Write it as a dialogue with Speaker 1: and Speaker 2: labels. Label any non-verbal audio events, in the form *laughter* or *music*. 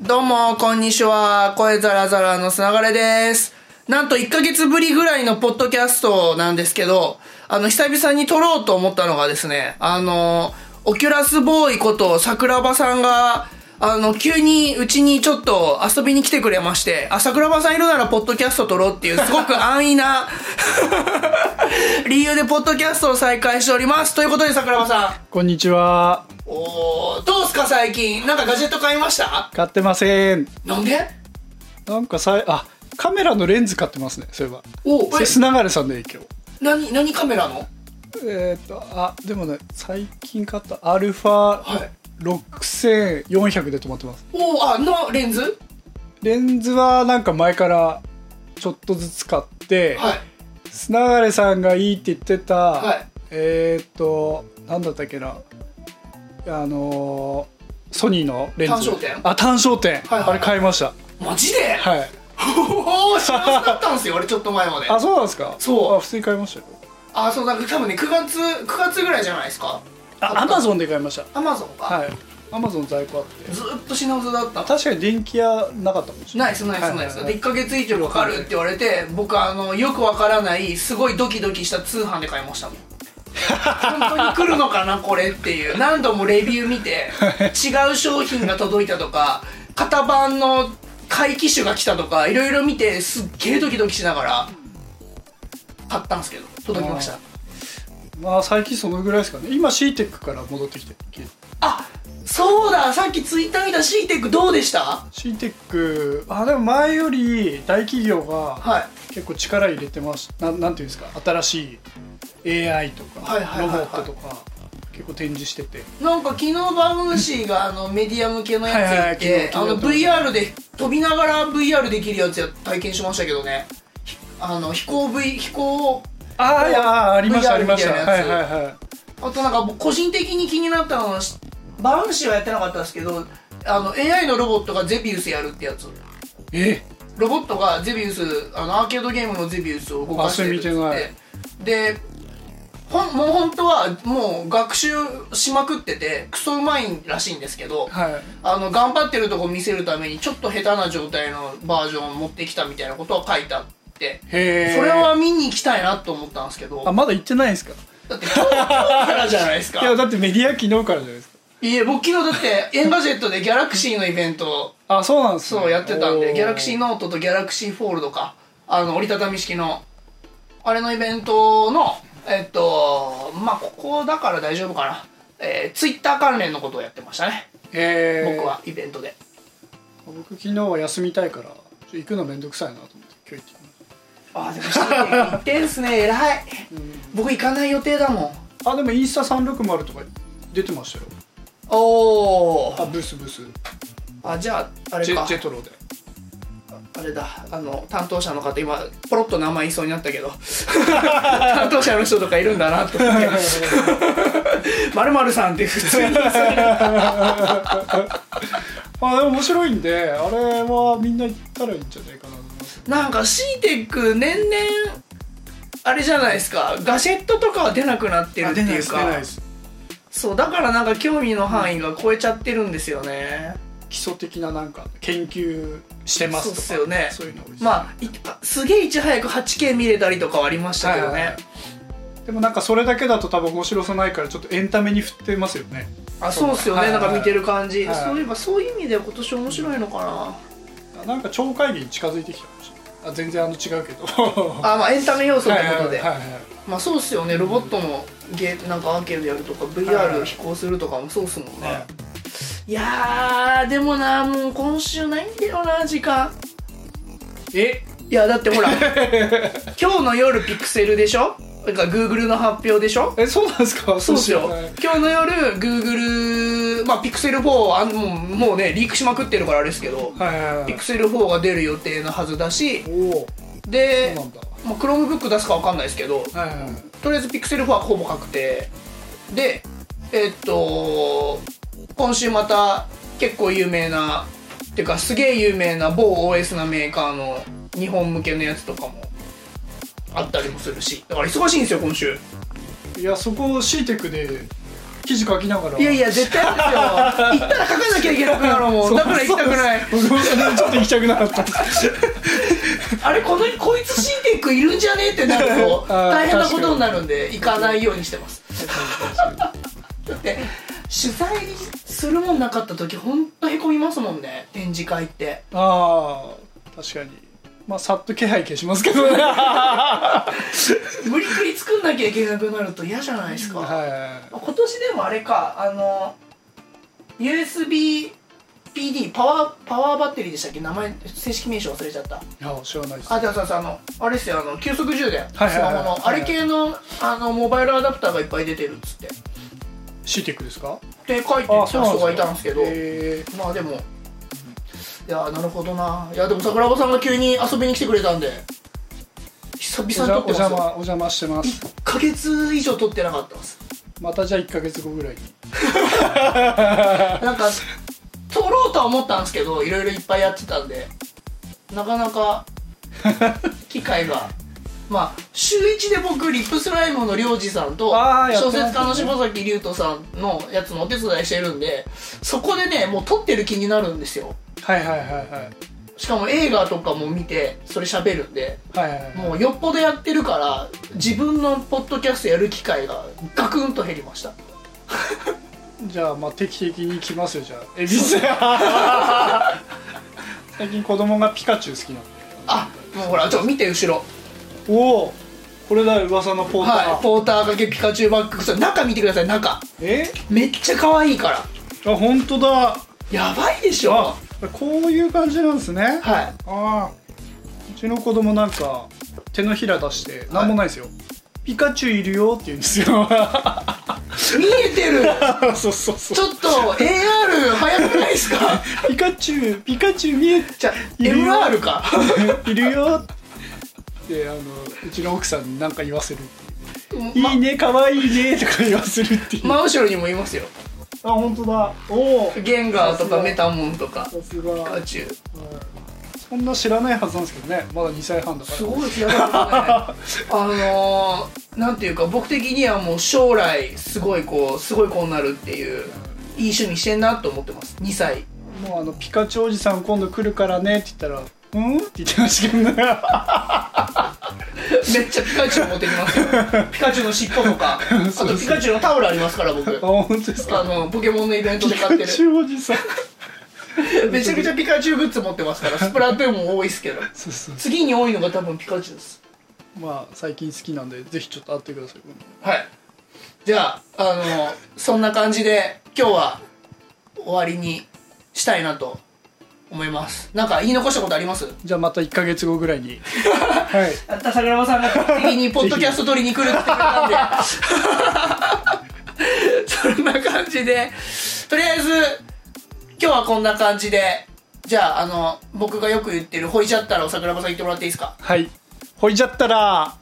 Speaker 1: どうも、こんにちは。声ザラザラのつながれです。なんと1ヶ月ぶりぐらいのポッドキャストなんですけど、あの、久々に撮ろうと思ったのがですね、あの、オキュラスボーイこと桜庭さんが、あの、急にうちにちょっと遊びに来てくれまして、あ、桜庭さんいるならポッドキャスト撮ろうっていう、すごく安易な理由でポッドキャストを再開しております。ということで桜庭さん。
Speaker 2: こんにちは。
Speaker 1: おー、どうすか最近なんかガジェット買いました
Speaker 2: 買ってません。
Speaker 1: なんで
Speaker 2: なんかさい、あ、カメラのレンズ買ってますね。そういえば。
Speaker 1: お
Speaker 2: それ
Speaker 1: え
Speaker 2: 砂がれさんの影響。
Speaker 1: 何何カメラの
Speaker 2: えっ、と、あ、でもね、最近買ったアルファ
Speaker 1: い
Speaker 2: 六千四百で止まってます。
Speaker 1: おーあのレンズ
Speaker 2: レンズはなんか前からちょっとずつ買って、
Speaker 1: はい
Speaker 2: 砂がれさんがいいって言ってた。
Speaker 1: はい
Speaker 2: えっ、と、なんだったっけな。あのーソニーのレンズ
Speaker 1: 単焦点
Speaker 2: あ単焦点、
Speaker 1: はいはいはい
Speaker 2: あれ買いました
Speaker 1: マジで、
Speaker 2: はい
Speaker 1: *laughs* おお知らなかったんですよ俺ちょっと前まで
Speaker 2: あそうなんですか
Speaker 1: そう
Speaker 2: あ普通に買いましたよ
Speaker 1: あそうなんか多分ね9月9月ぐらいじゃないですか
Speaker 2: あアマゾンで買いました
Speaker 1: アマゾンか、
Speaker 2: はいアマゾン在庫あって
Speaker 1: ずーっと品薄だった
Speaker 2: 確かに電気屋なかったかもしれ
Speaker 1: ナ
Speaker 2: ない
Speaker 1: イスナイスナイス、
Speaker 2: はいはいはい
Speaker 1: で1ヶ月以上かかるって言われて僕あのよくわからないすごいドキドキした通販で買いましたもん本当に来るのかなこれっていう何度もレビュー見て違う商品が届いたとか型番の回帰種が来たとかいろいろ見てすっげえドキドキしながら買ったんですけど届きました
Speaker 2: まあ最近そのぐらいですかね今シーテックから戻ってきて
Speaker 1: あそうださっきツイッター見たシーテックどうでした
Speaker 2: シーテックあでも前より大企業が
Speaker 1: はい
Speaker 2: 結構力入れてますなんなんていうんですか新しい AI とか、
Speaker 1: はいはいはいはい
Speaker 2: ロボットとか結構展示してて
Speaker 1: なんか昨日番組誌があのメディア向けのやつやっ
Speaker 2: はいはい
Speaker 1: てあ
Speaker 2: 昨日
Speaker 1: の
Speaker 2: 昨日
Speaker 1: VR で飛びながら VR できるやつや体験しましたけどねひあの飛行 V 飛行
Speaker 2: ああいやありました
Speaker 1: VR
Speaker 2: ありました
Speaker 1: みたいな
Speaker 2: は
Speaker 1: や
Speaker 2: い
Speaker 1: つ
Speaker 2: はいはい
Speaker 1: あとなんか僕個人的に気になったのはし番組誌はやってなかったんですけどあの AI のロボットがゼビウスやるってやつ
Speaker 2: え
Speaker 1: ロボットがゼビウスあのアーケードゲームのゼビウスを動かしてるっつ
Speaker 2: あそ
Speaker 1: っ
Speaker 2: れ
Speaker 1: てでほんもう本当はもう学習しまくっててクソうまいらしいんですけど、
Speaker 2: はい
Speaker 1: あの頑張ってるとこ見せるためにちょっと下手な状態のバージョンを持ってきたみたいなことは書いてあってそ
Speaker 2: へえ
Speaker 1: れは見に行きたいなと思ったんですけど
Speaker 2: あまだ行ってないんですか
Speaker 1: だって今日今日からじゃないですか
Speaker 2: *laughs* いやだってメディア昨日からじゃないですか
Speaker 1: いえ僕昨日だってエンガジェットでギャラクシーのイベント
Speaker 2: あそうなんですね
Speaker 1: そうやってたんでギャラクシー
Speaker 2: の
Speaker 1: ノートとギャラクシーフォールドかあの折りたたみ式のあれのイベントのえっとまあここだから大丈夫かなえー、ツイッター関連のことをやってましたね
Speaker 2: えー
Speaker 1: 僕はイベントで
Speaker 2: 僕昨日は休みたいからちょっと行くのめんどくさいなと思って今
Speaker 1: あー
Speaker 2: 日行って
Speaker 1: でもシーテック行ってんすね偉い僕行かない予定だもん
Speaker 2: きますあでもインスタ360とか出てましたよ
Speaker 1: お
Speaker 2: あ
Speaker 1: ー
Speaker 2: ブースブース
Speaker 1: あじゃああれ
Speaker 2: ジ
Speaker 1: か
Speaker 2: ェジェトロで
Speaker 1: あれだあの担当者の方今ポロッと名前言いそうになったけど *laughs* 担当者の人とかいるんだなと思 *laughs* って「まるまるさん」って普通に言いそうになった
Speaker 2: *laughs* あでも面白いんであれはみんな行ったらいいんじゃないかなと思います
Speaker 1: なんかシーテック年々あれじゃないですかガジェットとかは出なくなってるって
Speaker 2: 出ない
Speaker 1: い
Speaker 2: で
Speaker 1: う
Speaker 2: す
Speaker 1: か
Speaker 2: 出ないです
Speaker 1: そうだからなんか興味の範囲が超えちゃってるんですよね、
Speaker 2: 基礎的ななんか研究してますと
Speaker 1: そう
Speaker 2: か
Speaker 1: っすよね
Speaker 2: そういうの多いです
Speaker 1: まあいすげえいち早く 8K 見れたりとかはありましたけどね、
Speaker 2: はいはいでもなんかそれだけだと多分面白さないからちょっとエンタメに振ってますよね
Speaker 1: あそうっすよね、
Speaker 2: はいはい
Speaker 1: なんか見てる感じ、
Speaker 2: はい
Speaker 1: そういえばそういう意味では今年面白いのかな、
Speaker 2: あなんか超会議に近づいてきたかもしれないあ全然あの違うけど
Speaker 1: あまあエンタメ要素ということで、
Speaker 2: はいはいはいはい
Speaker 1: まあそうっすよねロボットのゲーなんかアーケードやるとか
Speaker 2: はいはい
Speaker 1: VR 飛行するとかもそうっすもんね、、
Speaker 2: はい
Speaker 1: やーでもなもう今週ないんだよな時間
Speaker 2: え
Speaker 1: いやだってほ
Speaker 2: *laughs*
Speaker 1: ら今日の夜ピクセルでしょなんか Google の発表でしょ
Speaker 2: えそうなんですか
Speaker 1: そうっすよ
Speaker 2: 知らない
Speaker 1: 今日の夜 Google まあピクセル4はもうもうねリークしまくってるからあれですけど
Speaker 2: はいはいはい
Speaker 1: ピクセル4が出る予定のはずだし
Speaker 2: おお
Speaker 1: で
Speaker 2: そうなんだ
Speaker 1: まあ、Chromebook 出すかわかんないですけど
Speaker 2: はいはいはい
Speaker 1: とりあえず Pixel4 はほぼ確定でえっと今週また結構有名なっていうかすげえ有名な某 OS なメーカーの日本向けのやつとかもあったりもするしだから忙しいんですよ今週
Speaker 2: いやそこをシーテックで記事書きながら
Speaker 1: いやいや絶対ですよ行ったら書かなきゃいけなくなるもんだから行きたくない
Speaker 2: 僕もちょっと行きたくなかった *laughs*
Speaker 1: あれこのこいつシンテックいるんじゃねえってなる *laughs* と
Speaker 2: あー
Speaker 1: 大変なことになるんで行かないようにしてますだって取材するもんなかった時ほんとへこみますもんね展示会って
Speaker 2: ああ確かにまあさっと気配消します
Speaker 1: *laughs*
Speaker 2: けどね
Speaker 1: 無理くり作んなきゃいけなくなると嫌じゃないですか、
Speaker 2: は
Speaker 1: 今年でもあれかあの USB PD パワーパワーバッテリーでしたっけ名前正式名称忘れちゃった
Speaker 2: いいや知らないです
Speaker 1: あじゃあさあのあれですよあの急速充電スマ
Speaker 2: はいはいはい
Speaker 1: ホのあれ系のあのモバイルアダプターがいっぱい出てるっつって
Speaker 2: シーテックですか
Speaker 1: って書いてた人がいたんですけど
Speaker 2: え
Speaker 1: まあでもいやなるほどないやでも桜庭さんが急に遊びに来てくれたんで久
Speaker 2: お
Speaker 1: 々に撮
Speaker 2: 邪お
Speaker 1: ってま
Speaker 2: 邪
Speaker 1: すよ
Speaker 2: 魔お邪魔してます
Speaker 1: 1ヶ月以上撮ってなかったです
Speaker 2: またじゃあ1か月後ぐらいに
Speaker 1: なんか撮ろうとは思ったんですけどいろいろいっぱいやってたんでなかな
Speaker 2: *laughs*
Speaker 1: か機会がまあ週一で僕リップスライムの良二さんと
Speaker 2: あーやって
Speaker 1: 小
Speaker 2: ますね
Speaker 1: 説家の柴崎龍斗さんのやつのお手伝いしてるんでそこでねもう撮ってる気になるんですよ
Speaker 2: はいはいはいはいはい
Speaker 1: しかも映画とかも見てそれ喋るんで
Speaker 2: はいはい
Speaker 1: もうよっぽどやってるから自分のポッドキャストやる機会がガクンと減りました
Speaker 2: じゃあまあ定期的に来ますよじゃあ恵比 *laughs* 寿最近子供がピカチュウ好きなんで
Speaker 1: あもうほらちょっと見て後ろ
Speaker 2: おおこれだよ噂のポーター、
Speaker 1: はい、ポーターかけピカチュウバッグそれ中見てください中
Speaker 2: え
Speaker 1: めっちゃ可愛いから
Speaker 2: あ本当だ
Speaker 1: やばいでしょ
Speaker 2: こういう感じなんですね
Speaker 1: はい
Speaker 2: ああうちの子供なんか手のひら出して何もないですよ、ピカチュウいるよって言うんですよ
Speaker 1: 見えて *laughs* る
Speaker 2: *laughs* そうそうそ
Speaker 1: ちょっと AR 早くないですか
Speaker 2: うピカチュウピカチュウ見え
Speaker 1: *laughs* じゃあ
Speaker 2: いるよ
Speaker 1: MR *laughs* か
Speaker 2: *laughs* いるよってあのうちの奥さんに何か言わせる「いいね可愛いね」とか言わせるっていう、
Speaker 1: ま真後ろにもいますよ
Speaker 2: あ本当だおお
Speaker 1: ゲンガーとかメタモンとか
Speaker 2: さす
Speaker 1: ピ
Speaker 2: が
Speaker 1: カチュウ
Speaker 2: そんな知らないはずなんですけどねまだ2歳半だから
Speaker 1: すごい嫌だからねあのー、なんていうか僕的にはもう将来すごいこうすごい子になるっていういい趣味してんなと思ってます2歳
Speaker 2: もうあのピカチュウおじさん今度来るからねって言ったら「うん?」って言ってましたけどね
Speaker 1: めっちゃピカチュウ持ってきますよピカチュウの尻尾とかあとピカチュウのタオルありますから僕
Speaker 2: あ本当ですか
Speaker 1: あのポケモンのイベントで買って
Speaker 2: ピカチ
Speaker 1: る
Speaker 2: ュウおじさん
Speaker 1: めちゃくちゃピカチュウグッズ持ってますからスプラトゥーンも多いですけど
Speaker 2: そうそう
Speaker 1: 次に多いのが多分ピカチュウです
Speaker 2: まあ最近好きなんでぜひちょっと会ってください今度
Speaker 1: はいじゃああのそんな感じで今日は終わりにしたいなと思いますなんか言い残したことあります
Speaker 2: じゃあまた1か月後ぐらいに *laughs* はい
Speaker 1: やった桜庭さんが定期にポッドキャスト取りに来るって言ってくれたんで *laughs* そんな感じでとりあえず今日はこんな感じでじゃああの僕がよく言ってる「ほいちゃったら」を桜庭さん言ってもらっていいですか
Speaker 2: はいほいじゃったら